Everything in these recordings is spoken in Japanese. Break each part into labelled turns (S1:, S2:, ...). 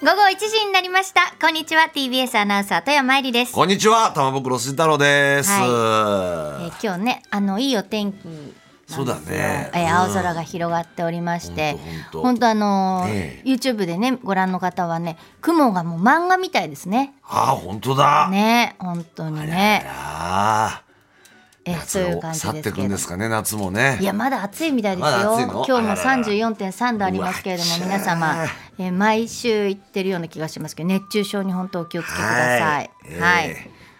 S1: 午後1時になりましたこんにちは TBS アナウンサー富山えりです、
S2: こんにちは、玉袋筋太郎です。
S1: えー今日ねあのいいお天気なんですよ
S2: そうだね
S1: えー
S2: うん
S1: 青空が広がっておりまして、
S2: ほんとほんと
S1: 本当あのー
S2: ね
S1: YouTube でねご覧の方はね雲がもう漫画みたいですね
S2: ああ、本当だ。
S1: ね本当にね
S2: ああ、
S1: えーそういう感じ
S2: 去っ
S1: で
S2: て
S1: す
S2: く
S1: け
S2: ん
S1: ど
S2: ですかね、夏もね。
S1: いやまだ暑いみたいですよ、
S2: まだ暑いの
S1: 今日も
S2: あららら
S1: 34.3度ありますけれども
S2: うわ
S1: 皆様
S2: ちゃ、
S1: えー毎週行ってるような気がしますけど熱中症に本当お気をつけくだ
S2: は
S1: さい
S2: い。えー
S1: はい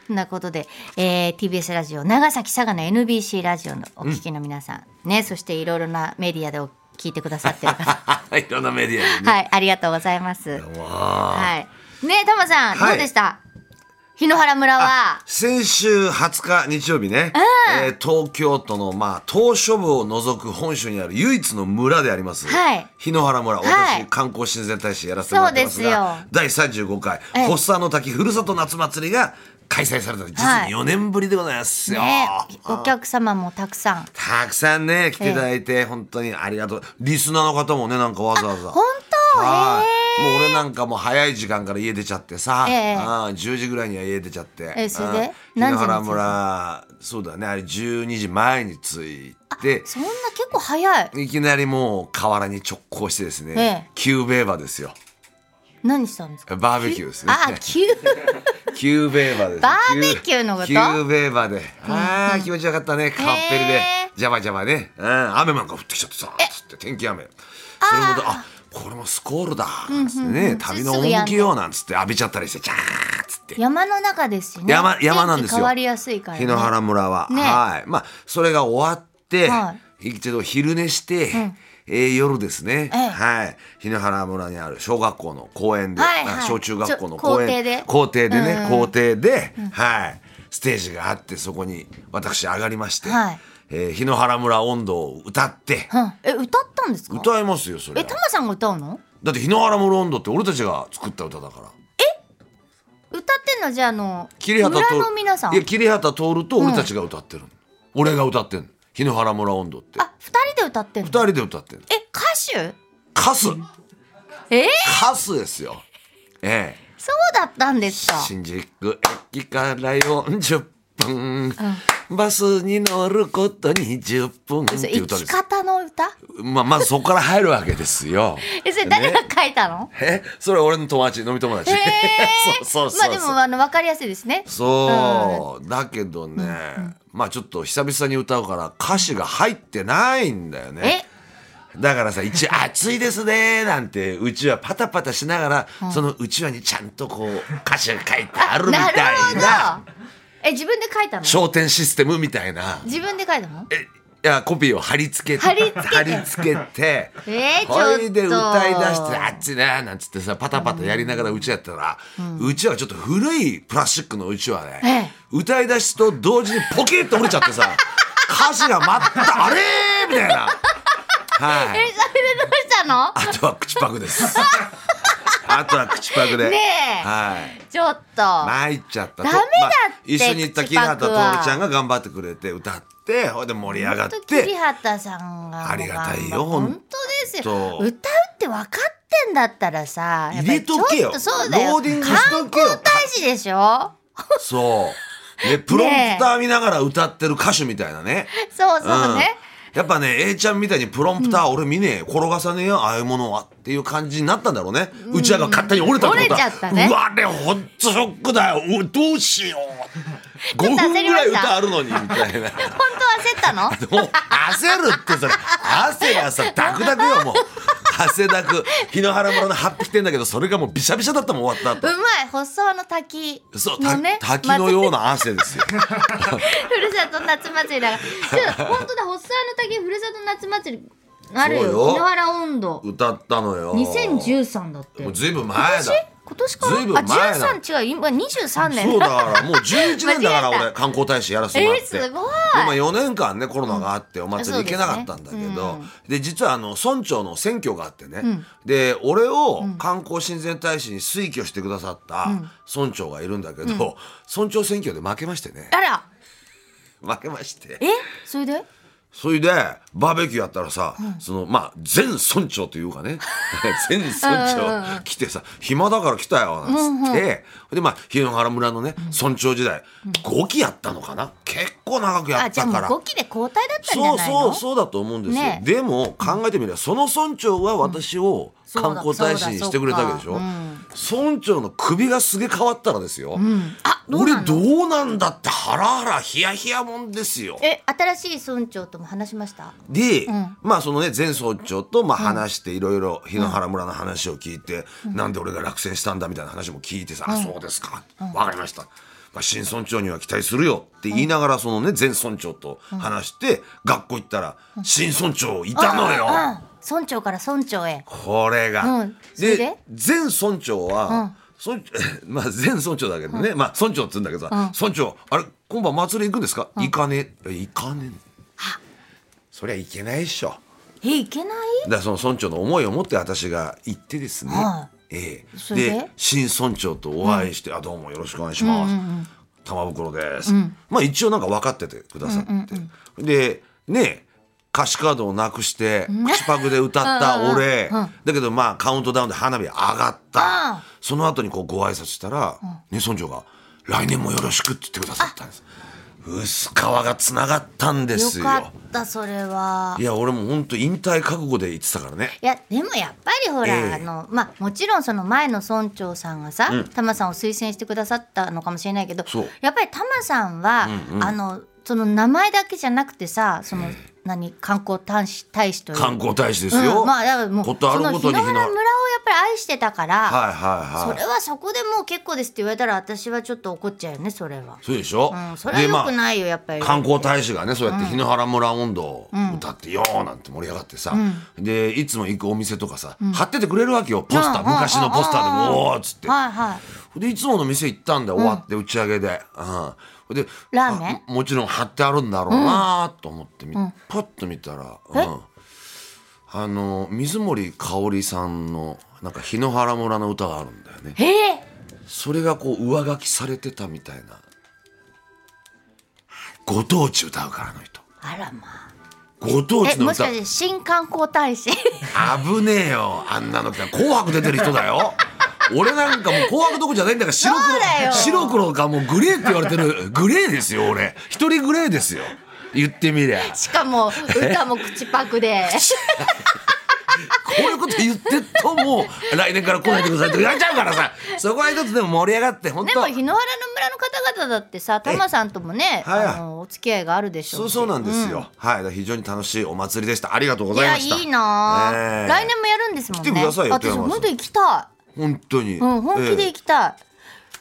S1: そんなことで、えー TBS ラジオ長崎佐賀の NBC ラジオのお聞きの皆さん、ねそしていろいろなメディアでお聞いてくださってる 方
S2: いろんなメディアにね。
S1: はいありがとうございます。
S2: わあ
S1: はい、ねタマさん、
S2: はい
S1: どうでした檜原村は
S2: 先週20日日曜日ね、えー東京都の、まあ、島しょ部を除く本州にある唯一の村であります、
S1: はい
S2: 檜原村、
S1: はい
S2: 私観光親善大使やらせてもらってますが
S1: そう
S2: 第35回
S1: ええ
S2: 発作の滝ふるさと夏祭りが開催された実
S1: はい
S2: に4年ぶりでございますよ。
S1: ねお客様もたくさん。
S2: たくさんね来ていただいて、本当にありがとうリスナーの方もねなんかわざわざ
S1: 本当
S2: は
S1: へー
S2: いもう俺なんかもう早い時間から家出ちゃってさ、
S1: ええ
S2: ああ10時ぐらいには家出ちゃって
S1: えそれで
S2: うん
S1: 何時に着いた
S2: 檜原村そうだねあれ12時前に着いて
S1: そんな結構早い。
S2: いきなりもう河原に直行してですね、
S1: ええ
S2: キューベーバーですよ
S1: 何したんですか。
S2: バーベキューですね
S1: あ、急。
S2: キューベーバーです
S1: バーベキューのこと
S2: キューベーバーでああ気持ちよかったねカッペルで
S1: へ
S2: ジャバジャバねうん雨なんか降ってきちゃってさつって天気雨それもあこれもスコールだなんつってね旅の趣よなんつって浴びちゃったりしてジャーっつって
S1: 山の中ですしね。
S2: 山山なんです
S1: 天
S2: よ
S1: 気変わりやすいから、ね。
S2: 日野原村は、
S1: ね
S2: はいまあそれが終わって、
S1: は
S2: 一度昼寝して、えー夜ですね、
S1: ええ
S2: はい日野原村にある小学校の公園で、
S1: はいはい
S2: あ小中学校の
S1: ちょ校
S2: 公園
S1: 庭で
S2: 校庭でね、
S1: うん
S2: 校庭で、はいステージがあってそこに私上がりまして、
S1: はい
S2: えー日野原村音頭を歌って、
S1: うん。え、歌ったんですか。
S2: 歌いますよそれ
S1: え、
S2: は
S1: タマさんが歌うの。
S2: だって日野原村音頭って俺たちが作った歌だから
S1: 歌ってんのはじゃあ、あの。
S2: 桐畑
S1: 村
S2: 徹
S1: の皆さん。
S2: いや桐畑徹と俺たちが歌ってるの、俺が歌ってんの日野原村音頭って
S1: あ、二人で歌ってん
S2: 二
S1: の。
S2: 人で歌ってる
S1: え、歌手。
S2: カス
S1: えー
S2: カスですよええ
S1: そうだったんですか。
S2: 新宿駅から40分、バスに乗ること20分って
S1: それ
S2: いう
S1: 生
S2: 歌で
S1: き
S2: す
S1: 方の歌。
S2: まあまずそこから入るわけですよ
S1: え、それ誰が
S2: ね
S1: 書いたの。
S2: えそれ俺の友達飲み友達、
S1: え
S2: そうそうそうそう、
S1: まあ、でも、あの、わかりやすいですね。
S2: そう、だけどね、まあちょっと久々に歌うから歌詞が入ってないんだよね
S1: え。
S2: だからさ一応「暑いですね」なんてうちはパタパタしながら、そのうちわにちゃんとこう歌詞が書いてあるみ
S1: な
S2: た
S1: る
S2: い
S1: ほど
S2: な。
S1: え、自分で書いたの。
S2: 焦点システムみたいな
S1: 自分で書いたの。
S2: えいやコピーを貼り付けて
S1: 貼り付けて
S2: 貼り付けて
S1: えー、ちょっと。
S2: ほいで歌い出して「あっちね」なんつってさパタパタやりながらうちやったら、うちはちょっと古いプラスチックのうちは
S1: ええ
S2: ね、歌い出しと同時にポキッと折れちゃってさ歌詞が全く「あれ?」みたいな。はい、
S1: え、それでどうしたの。
S2: あとは口パ クです。あとは口パクで。
S1: ねえ
S2: はい。
S1: ちょっと。
S2: 参っちゃった。
S1: ダメだって
S2: まあ一緒に行った
S1: 口
S2: 桐
S1: パク
S2: 畑
S1: は
S2: 徹ちゃんが頑張ってくれて歌って、ほいで盛り上がっ
S1: 本当桐
S2: て。
S1: 畑さんが
S2: ありがたいよ
S1: 本当ですよ
S2: ほんと
S1: 歌うって分かってんだったらさやっぱ
S2: 入れ
S1: り
S2: とけよ
S1: ちょっそうだよ
S2: ローディングしとけよ
S1: 観光大使でしょ
S2: そう。ね、プロンプター見ながら歌ってる歌手みたいなね。
S1: そうそうね、
S2: うん。やっぱね、A ちゃんみたいにプロンプター俺見ねえ、転がさねえよ、ああいうものはっていう感じになったんだろうね。うちらが勝手に折れたってことは
S1: 折れちゃったね
S2: うわ、あれほんとショックだよ。うどうしよう。5
S1: ょっと焦
S2: 分ぐ
S1: りま
S2: ら
S1: した
S2: い歌あるのに、みたいな。
S1: 本当焦ったの
S2: もう焦るってそれ汗がさダクダクよもう汗だく檜原村の8匹点だけどそれがもうびしゃびしゃだったもん終わった後
S1: うまい細沢の滝
S2: そう
S1: の
S2: た
S1: ね
S2: 滝のような汗ですよ
S1: 祭りふるさと夏祭りだからちょ本当だ細沢の滝ふるさと夏祭りあるよ
S2: そうよ
S1: 檜原温度
S2: 歌ったのよ
S1: 2013だって
S2: もう
S1: 今
S2: ずいぶん前だ
S1: 年今年か
S2: ずいぶん前
S1: あ
S2: だ
S1: 13違う今23年
S2: そうだからもう11年だから
S1: 間違えた
S2: 俺観光大使やらせてもらって、
S1: えーすごい
S2: 今4年間ねコロナがあってお祭り行けなかったんだけど、
S1: そうです
S2: で
S1: ね
S2: 実はあの村長の選挙があってね、で俺を観光親善大使に推挙してくださった村長がいるんだけど、村長選挙で負けましてね
S1: あら
S2: 負けまして
S1: えそれで
S2: それでバーベキューやったらさ、そのまあ前村長という かね前村長来てさ「暇だから来たよ」なんつって、でまあ日野原村のね村長時代5期やったのかな結構長くや
S1: あ
S2: っ
S1: じゃ
S2: た
S1: あも
S2: か
S1: う
S2: ら。
S1: 5期で交代だったんじ
S2: そ
S1: ゃ
S2: う
S1: ないの
S2: そうそうだと思うんですよ、
S1: ね
S2: でも考えてみればその村長は私を
S1: そうだ
S2: 観光大使にしてくれたわけでし
S1: そう
S2: ょ
S1: だ、
S2: 村長の首がすげえ変わったらですよ、
S1: あどうな
S2: 俺
S1: の
S2: どうなんだってハラハラヒヤヒヤもんですよ
S1: え新しい村長とも話しました
S2: で、まあそのね前村長とまあ話していろいろ檜原村の話を聞いて、なんで俺が落選したんだみたいな話も聞いてさ「あそうですか、わかりました、まあ、新村長には期待するよ」って言いながらそのね前村長と話して学校行ったら「新村長いたのよ!」
S1: ああ村長から村長へ
S2: これが。
S1: うんそれ
S2: で
S1: で
S2: 前村長は、村 まあ前村長だけどね、まあ村長っつうんだけどさ、村長あれ今晩祭り行くんですか、行かねえ行かねえそりゃ行けないっしょ
S1: えいけない
S2: だからその村長の思いを持って私が行ってですね、
S1: は
S2: ええ
S1: それ
S2: で
S1: で
S2: 新村長とお会いして、あどうもよろしくお願いします、玉袋です、まあ一応なんか分かっててくださって、でね歌詞カードをなくして口パクで歌った俺、だけどまあカウントダウンで花火上がった、
S1: うん
S2: その後にこうご挨拶したら、ね村長が「来年もよろしく」って言ってくださったんです薄皮がつながったんです
S1: よ
S2: よ
S1: かったそれはい
S2: や俺も本当引退覚悟で言ってたからね
S1: いやでもやっぱりほら、
S2: ええ
S1: あのまあもちろんその前の村長さんがさ、タマさんを推薦してくださったのかもしれないけど
S2: そう
S1: やっぱりタマさんは、あのその名前だけじゃなくてさその、何観光大使大使という
S2: 観光大使です
S1: う
S2: よ。
S1: ん、まあだからもう
S2: ことあるごと
S1: そ
S2: に
S1: の
S2: 日
S1: 檜
S2: の
S1: 原村をやっぱり愛してたから、
S2: はいはいはい。
S1: それはそこでもう結構ですって言われたら私はちょっと怒っちゃうよねそれは、
S2: そうでしょ。
S1: うん、それは良く
S2: でまあ
S1: ないよやっぱり
S2: 観光大使がねそうやって日野原村温度を歌ってよーなんて盛り上がってさ、でいつも行くお店とかさ、貼っててくれるわけよポスター、
S1: うん
S2: 昔のポスターで
S1: うん
S2: もおーっつって、
S1: はいはい
S2: でいつもの店行ったんだよ終わって打ち上げで、うん、で
S1: ラーメン
S2: あもちろん貼ってあるんだろうなーと思ってみ、パッと見たら、うん、あの水森かおりさんのなんか日野原村の歌があるんだよね
S1: ええ
S2: それがこう上書きされてたみたいなご当地歌うからあの人
S1: あらまあ
S2: ご当
S1: え
S2: 地の
S1: もし
S2: 歌
S1: かして新観光大使
S2: 危ねえよあんなの来たら紅白出てる人 だよ俺なんかもう紅白どこじゃないんだから白
S1: そうだ
S2: 黒
S1: よ
S2: 白黒かもうグレーって言われてるグレーですよ俺一人グレーですよ言ってみりゃ
S1: しかも歌も口パクで
S2: こういうこと言ってっともう来年から来ないでくださいって言われちゃうからさそこは一つでも盛り上がって本
S1: でも
S2: 当
S1: 日野原の村の方々だってさタマさんともね、
S2: はい
S1: あのお付き合いがあるでしょ
S2: そうそうなんですよ、はいだから非常に楽しいお祭りでしたありがとうご
S1: い
S2: ざい
S1: や
S2: ました
S1: いいなあ、
S2: ねえ
S1: 来年もやるんですもんね
S2: 来てくださいよ
S1: 私
S2: 寺山さん
S1: 本当行きた
S2: 本当に。
S1: いうん本気で
S2: ええ
S1: 行きたい、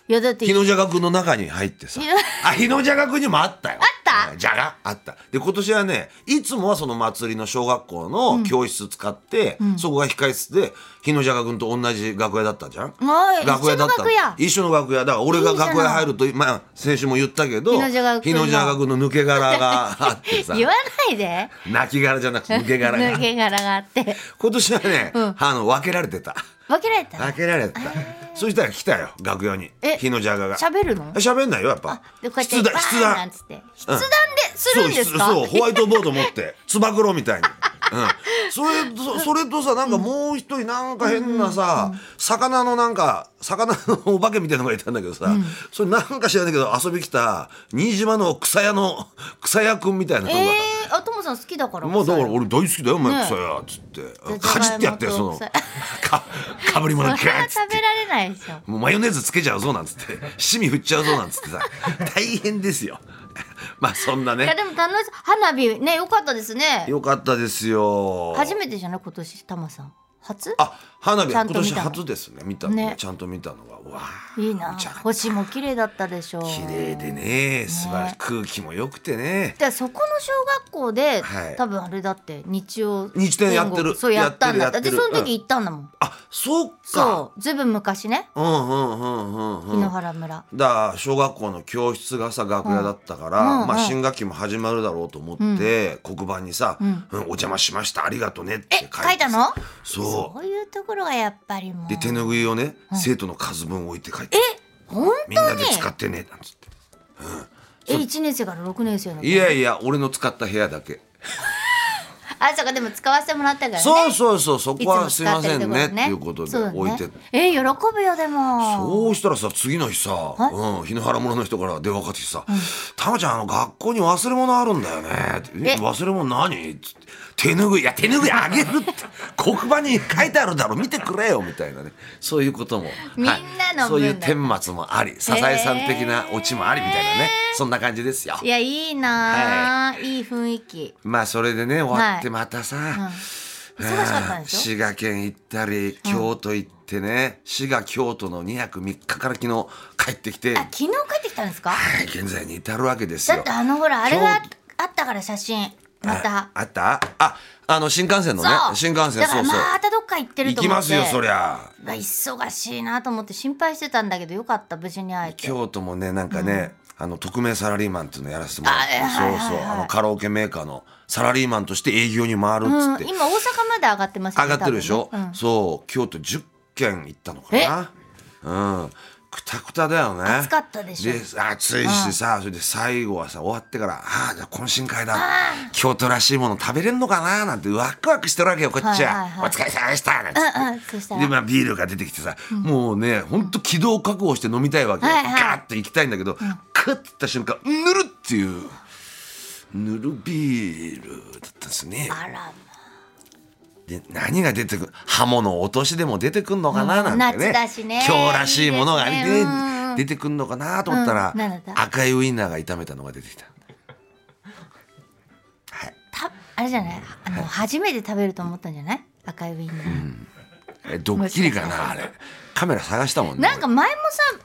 S1: いやだって
S2: 日野じゃがくんの中に入ってさ
S1: 日野。
S2: あ、日野じゃがくんにもあったよ。
S1: あった
S2: ええじゃがあった。で、今年はね、いつもはその祭りの小学校の教室使って、そこが控室で、日野じゃがくんと同じ学屋だったじゃん。
S1: おい
S2: 学屋だった
S1: 一緒の
S2: の
S1: 楽屋
S2: 一緒の楽屋だから俺が楽屋入るとまあ先週も言ったけど
S1: 日野じゃがくんの
S2: 野じゃがくんの抜け殻があってさ
S1: 言わないで
S2: 泣き殻じゃなくて抜け殻が
S1: 抜け殻があって
S2: 今年はね、あの分けられてた
S1: 分けられた
S2: 分けられてたそしたら来たよ楽屋に
S1: え
S2: 日野じゃがが
S1: 喋るの
S2: 喋んないよやっぱ
S1: でこうやってバーンなんつって筆談です
S2: そ
S1: る
S2: うんそ
S1: で
S2: う
S1: すか
S2: そうホワイトボード 持ってつば九郎みたいに、うん、それとそれとさなんかもう一人なんか変なさ、魚のなんか魚のお化けみたいなのがいたんだけどさ、それなんか知らないけど遊び来た新島の草屋の草屋くんみたいなのが。
S1: えー、あともさん好きだから
S2: もうだから
S1: お
S2: 俺大好きだよ、お前
S1: ね
S2: 草屋っつって
S1: ゃあ
S2: かじってやってよ
S1: じゃ
S2: そ
S1: がいも
S2: の
S1: と
S2: かかぶり物ガ
S1: 皿そ
S2: ー
S1: れ
S2: ッ
S1: は
S2: つっ
S1: 食
S2: て
S1: べられないでしょ
S2: もうマヨネーズつけちゃうぞなんつってシミ振っちゃうぞなんつってさ大変ですよまあそんない
S1: や
S2: ね
S1: でも楽しそう花火ね良かったですね
S2: よかったですよ
S1: 初めてじゃない今年タマさん初
S2: あ花火
S1: ちゃ
S2: 今
S1: んと見たの
S2: 年初ですね見たの
S1: ね
S2: ちゃんと見たのがうわあ
S1: いいな星も綺麗だったでしょう
S2: 綺麗でね素晴らしい空気も良くてね
S1: でそこの小学校で、
S2: はい
S1: 多分あれだって日曜
S2: 日天やってる
S1: 前後そうやったんだ
S2: や
S1: っ
S2: って
S1: て
S2: るやってる
S1: その時行ったんだもん、
S2: あそっか
S1: そうずいぶん昔ね
S2: うんうんうんうんう
S1: 檜
S2: ん
S1: 原村、
S2: だから小学校の教室がさ楽屋だったから、
S1: うんうん
S2: まあ、新学期も始まるだろうと思って、黒板にさ、うんお邪魔しましたありがとね」って書い
S1: え
S2: てさ
S1: 書いたの
S2: そ
S1: そういうところがやっぱりもう
S2: うで手拭いをね、生徒の数分置いて書いて
S1: 本
S2: みん
S1: 当
S2: な
S1: に
S2: で使ってねなんつって
S1: え一年生から六年生の
S2: いやいや俺の使った部屋だけ
S1: あそこでも使わせてもらったからね
S2: そうそうそうそこはすい
S1: 使っ
S2: ま
S1: て
S2: せ
S1: ると
S2: ん
S1: こ
S2: ね
S1: ろ
S2: っていうことで
S1: そうだね
S2: 置いて
S1: え喜ぶよでも
S2: そうしたらさ次の日さ、うん、日野原村の人から電話かかってきてさ「たまちゃんあの学校に忘れ物あるんだよね」って「え
S1: え
S2: 忘れ物何?」っつって「手拭いいや手拭いあげる」って黒板に書いてあるだろ見てくれよみたいなねそういうことも
S1: みんな
S2: はい
S1: の分だ
S2: そういう顛末もありサザエさん的なオチもありみたいなねそんな感じですよ
S1: い。やいいなあ、い、い雰囲気
S2: まあそれでね終わって
S1: はい
S2: またさ、
S1: 忙しかったんでしょ
S2: 滋賀県行ったり京都行ってね、滋賀京都の2泊3日から昨日帰ってきて
S1: あ昨日帰ってきたんですか
S2: はい現在に至るわけです
S1: だ
S2: よ
S1: ってあのほらあれが
S2: 今日
S1: あったから写真また
S2: あったああの新幹線のね
S1: そう
S2: 新幹線
S1: だか
S2: そ
S1: ら
S2: うそう、
S1: またどっか行ってる
S2: 行
S1: と
S2: き
S1: 思って
S2: ますよそりゃ
S1: うわ忙しいなと思って心配してたんだけどよかった無事に会えて
S2: 京都もねなんかね、あの匿名サラリーマンっていうのやらせてもらって
S1: あはいはいはい
S2: そうそうあのカラオケメーカーのサラリーマンとして営業に回るっ
S1: う
S2: つ
S1: ん
S2: って、
S1: 今大阪まで上がってますよ
S2: 上
S1: ね
S2: がってるでしょ、
S1: 多分ね
S2: そう京都10軒行ったのかなうんくたくただよね
S1: 暑かったでしょ
S2: 暑いしさ、それで最後はさ終わってからああじゃあ懇親会だ京都らしいもの食べれんのかななんてワクワクしてるわけよこっちは,、
S1: はいはいはい
S2: お疲れ様でしたなんつって、
S1: うんうんうんそしたら
S2: で、まあ、ビールが出てきてさ、もうねほんと気道確保して飲みたいわけよ、
S1: はいはい
S2: ガーッと行きたいんだけど、クッてった瞬間ぬるっていうぬるビールだったんですね
S1: あら
S2: で何が出てくる刃物落としでも出てくんのかな
S1: うん
S2: なんてね,、
S1: 夏だしね
S2: 今日らしいものが、ね
S1: いいですねうんうん
S2: 出てくんのかなと思ったら、
S1: うんなんだった
S2: 赤いウインナーが炒めたのが出てきた
S1: たあれじゃないあの初めて食べると思ったんじゃない赤いウインナー、
S2: えドッキリかなあれカメラ探したもんね
S1: なんか前もさ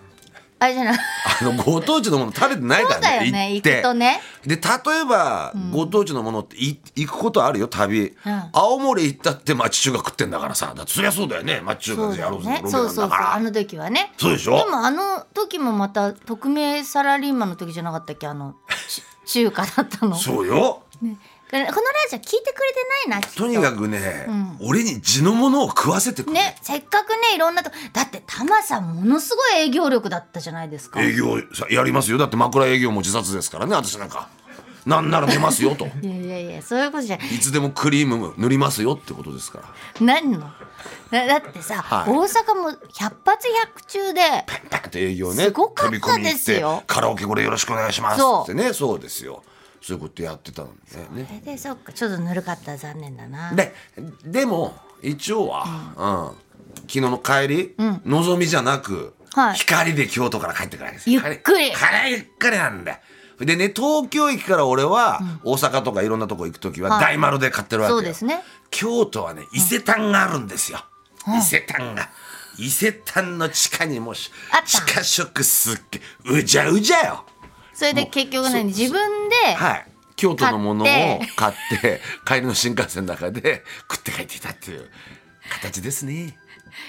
S1: あれじゃ ない
S2: あのご当地のもの食べてないから
S1: そ
S2: ね
S1: うだよね
S2: 行って
S1: 行くとね
S2: で例えば、ご当地のものってい行くことあるよ旅、
S1: うん
S2: 青森行ったって町中華食ってんだからさだってそりゃそうだよね町中華でやろうぜ
S1: ね
S2: ロケ
S1: そう
S2: なん
S1: そうそ
S2: だ
S1: う
S2: から
S1: あの時はね
S2: そうでし
S1: で
S2: ょ
S1: もあの時もまた匿名サラリーマンの時じゃなかったっけあ のち中華だったの、
S2: そうよ
S1: ねこのラジオ聞いてくれてないなきっ
S2: とにかくね、俺に地のものを食わせてくれ、
S1: ねせっかくねいろんなとこだってタマさんものすごい営業力だったじゃないですか
S2: 営業さやりますよだって枕営業も自殺ですからね私なんかなんなら出ますよ と
S1: いやいやいやそういうことじゃない
S2: いつでもクリーム塗りますよってことですから
S1: 何のだだってさ、
S2: はい
S1: 大阪も百発百中で
S2: パッて営業ね
S1: すごかった
S2: 飛び込み行っ
S1: です
S2: て
S1: よ
S2: カラオケこれよろしくお願いします
S1: そう
S2: ってねそうですよそういうことやってたんだよね
S1: えでそっかちょっとぬるかったら残念だな
S2: ででも一応は、うん昨日の帰り、のぞみじゃなく、
S1: はい
S2: 光で京都から帰ってくるわけです
S1: ゆっくり
S2: からゆっくりなんだよでね東京駅から俺は大阪とかいろんなとこ行く時は
S1: はい
S2: 大丸で買ってるわけよ、
S1: そうですね
S2: 京都はね伊勢丹があるんですよ、伊勢丹が伊勢丹の地下にもうし
S1: あった
S2: 地下食すっげうじゃうじゃよ
S1: それで結局何自分で
S2: はい。京都のものを
S1: 買って
S2: 買 って、帰りの新幹線の中で食って帰ってきたっていう形ですね。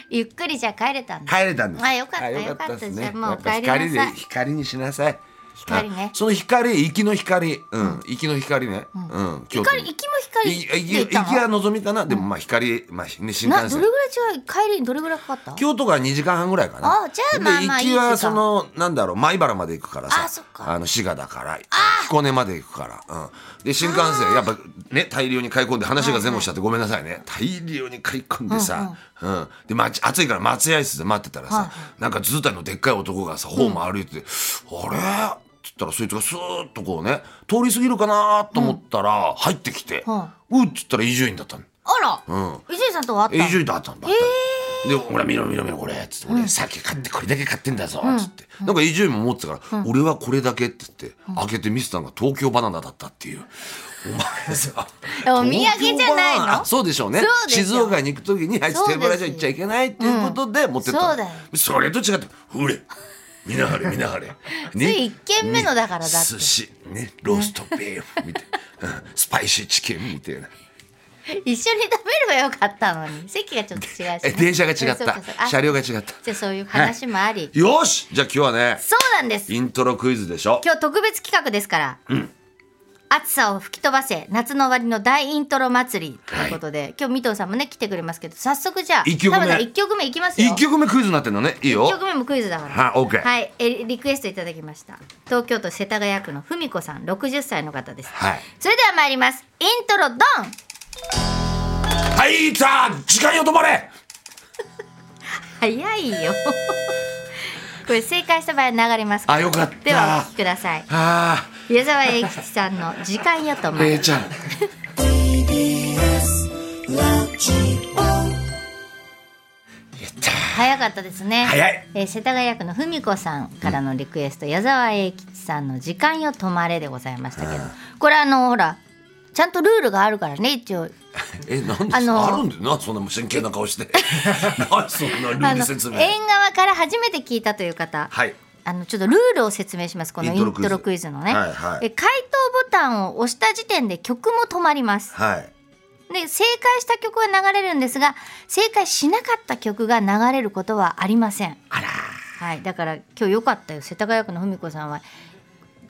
S1: ゆっくりじゃあ帰れたんだ
S2: 帰れたんです。
S1: あよかった
S2: あ
S1: よかった
S2: です
S1: じゃあもう
S2: やっぱ
S1: お帰りなさい
S2: 光で光にしなさい。
S1: 光ね
S2: あその光、行きの光、うん、行きの光ね。うん、京都
S1: 光
S2: に。
S1: 行きも光
S2: いい
S1: で行
S2: 行
S1: っ
S2: き
S1: た
S2: は
S1: の
S2: 望みかな、でもまあ光、まあね、新
S1: な
S2: 幹
S1: ど
S2: 線
S1: れぐ。らい違う帰りにどれぐらいかかった
S2: 京都が2時間半ぐらいかな。
S1: あじゃあまあまあ
S2: で
S1: いい
S2: 行きは
S1: 時間
S2: そのなんだろう米原まで行くからさ
S1: あそっか
S2: の滋賀だから彦根まで行くから、うん、で新幹線やっぱね大量に買い込んで話が前後しちゃってごめんなさいね大量に買い込んでさ、うんでまち暑いから松屋室で待ってたらさ、
S1: はいは
S2: なんか図体のでっかい男がさホーム歩いてて「あれ?」っつったらそいつがスーッとこうね通り過ぎるかなと思ったら入ってきて「う
S1: は
S2: っ」つったら伊集院だったの。
S1: あ
S2: うん
S1: ら伊集院さんとはあった
S2: 伊集院と会ったんだってで「ほら見ろ見ろ見ろこれ」っつって「俺さっき買ってこれだけ買ってんだぞ」っつってなんか伊集院も持ってたから「俺はこれだけ」って言って開けて見せたのが東京バナナだったっていう。お前さ
S1: お土産じゃないの
S2: 東京バナナあそうでしょうね
S1: そうですよ
S2: 静岡に行く時にあいつ
S1: そうです
S2: 手
S1: よ
S2: ぶらじゃ行っちゃいけないっていうことで持ってったの
S1: そうだよ
S2: それと違って「ほれ見な はれ見なはれ」
S1: それ一軒目のだからだって
S2: 寿司ねローストビーフみたいなうんスパイシーチキンみたいな
S1: 一緒に食べればよかったのに席がちょっと違うしね、
S2: え電車が違っ
S1: そうかそうか
S2: た
S1: あ
S2: 車両が違った
S1: じゃあそういう話もあり、
S2: よしじゃあ今日はね
S1: そうなんです
S2: イントロクイズでしょ
S1: 今日特別企画ですから、暑さを吹き飛ばせ夏の終わりの大イントロ祭りということで、今日三藤さんもね来てくれますけど早速じゃあ
S2: 一曲目
S1: 田村さん一曲目いきますよ
S2: 一曲目クイズになってんのねいいよ
S1: 一曲目もクイズだから
S2: はい OK
S1: はいえリクエストいただきました東京都世田谷区のふみこさん60歳の方です、
S2: はい
S1: それでは参りますイントロドン
S2: はいさあ時間よ止まれ
S1: 早いよ これ正解した場合は流れます
S2: あよかった
S1: ではお聞きください
S2: あ
S1: 矢沢永吉さんの「時間よと
S2: あ
S1: ま
S2: え
S1: れ
S2: いちゃん
S1: 早かったですね
S2: 早い
S1: えー世田谷区のふみこさんからのリクエスト、矢沢永吉さんの「時間よ止まれ」でございましたけど、これあのほらちゃんとルールがあるからね一応
S2: えなんですか
S1: あ
S2: あ
S1: の
S2: るんだよなそんな真剣な顔して 何そんなル
S1: あ
S2: ール
S1: の
S2: 説明
S1: 縁側から初めて聞いたという方、
S2: はい
S1: あのちょっとルールを説明しますこのイ
S2: イ
S1: ン
S2: ン
S1: ト
S2: ト
S1: ロ
S2: ロ
S1: ク
S2: ク
S1: イ
S2: イ
S1: ズ
S2: ズ
S1: のね、
S2: はいはい
S1: え回答ボタンを押した時点で曲も止まります
S2: はい
S1: で正解した曲は流れるんですが正解しなかった曲が流れることはありません
S2: あら
S1: はいだから今日よかったよ世田谷区のふみこさんは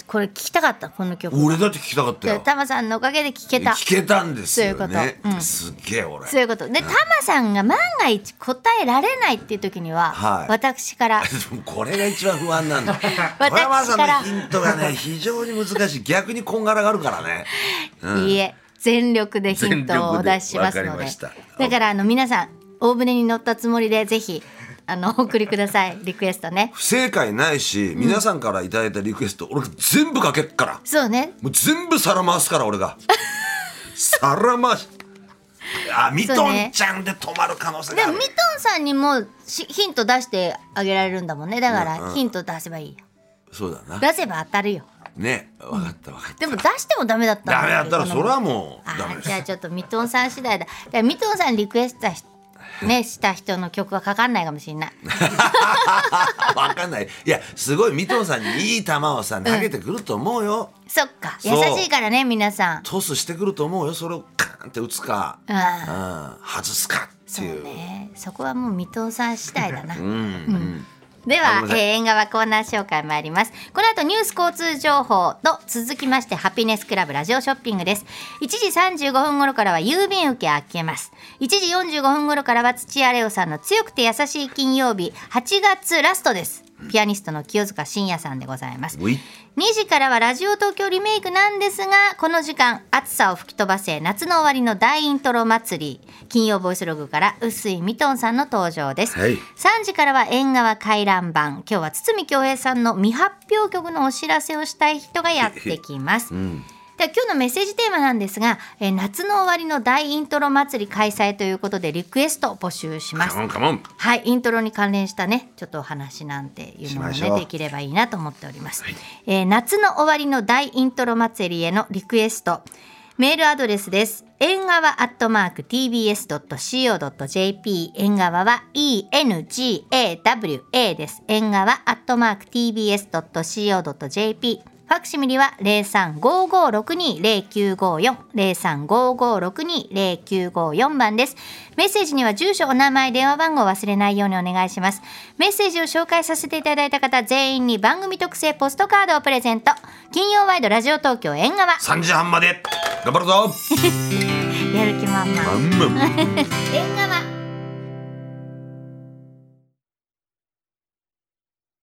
S1: これ聞きたかったこの曲
S2: 俺だって聞きたかったよ
S1: タマさんのおかげで聞けた
S2: 聞けたんですよ
S1: そういう
S2: ね
S1: ことうん
S2: すっげえ俺
S1: そういうことでタマさんが万が一答えられないっていう時には、
S2: はい
S1: 私から
S2: でもこれが一番不 安なんだ
S1: ら
S2: 小山さんのヒントがね非常に難しい逆にこんがらがるからね、うん
S1: いいえ全力でヒントをお出ししますので
S2: 全力でわかりました
S1: だからあの皆さん大船に乗ったつもりでぜひあのお送りくださいリクエストね
S2: 不正解ないし皆さんからいただいたリクエスト、俺全部かけっから
S1: そうね
S2: もう全部さら回すから俺 がさら回しあミ
S1: そう
S2: ト
S1: ね
S2: ンちゃんで止まる可能性
S1: で
S2: があ
S1: も
S2: る、
S1: ミトンさんにもしヒント出してあげられるんだもんねだからヒント出せばいいよ
S2: そうだな
S1: 出せば当たるよ
S2: ね分かった分かった
S1: でも出してもダメだったん
S2: ダメだったら
S1: この
S2: それはもうダ
S1: あ
S2: メ
S1: ー
S2: で
S1: じゃあ
S2: す
S1: ちょっとミトンさん次第だじゃあミトンさんリクエストし,、ね、した人の曲はかかんないかもしれない
S2: 分かんないいやすごいミトンさんにいい球をさ投げてくると思うよ、
S1: そっか優
S2: そう
S1: しいからね皆さん
S2: トスしてくると思うよそれをカーンって打つか、
S1: う
S2: うんん、外すかっていう
S1: ねそこはもうミトンさん次第だな、
S2: うん
S1: では
S2: ご
S1: えー
S2: めん、なさい
S1: 縁側コーナー紹介参りますこの後ニュース交通情報と続きましてハピネスクラブラジオショッピングです1時35分頃からは郵便受け開けます1時45分頃からは土屋レオさんの強くて優しい金曜日8月ラストですピアニストの清塚信也さんでございます
S2: うい
S1: 2時からはラジオ東京リメイクなんですがこの時間暑さを吹き飛ばせ夏の終わりの大イントロ祭り金曜ボイスログから臼井ミトンさんの登場です、
S2: はい
S1: 3時からは縁側回覧版今日は堤恭平さんの未発表曲のお知らせをしたい人がやってきます、では今日のメッセージテーマなんですが、えー夏の終わりの大イントロ祭り開催ということでリクエストを募集します
S2: カモンカモン
S1: はい、イントロに関連したね、ちょっとお話なんていうのも
S2: しま
S1: ね
S2: しょ、う
S1: できればいいなと思っております。えー夏の終わりの大イントロ祭りへのリクエスト。メールアドレスです。縁側アットマーク tbs.co.jp 縁側は engawa です。縁側アットマーク tbs.co.jp ファクシミリは零三五五六二零九五四零三五五六二零九五四番です。メッセージには住所、お名前、電話番号を忘れないようにお願いします。メッセージを紹介させていただいた方全員に番組特製ポストカードをプレゼント。金曜ワイドラジオ東京縁側
S2: 3時半まで頑張るぞ
S1: やる気満々。
S2: マンマン
S1: 縁側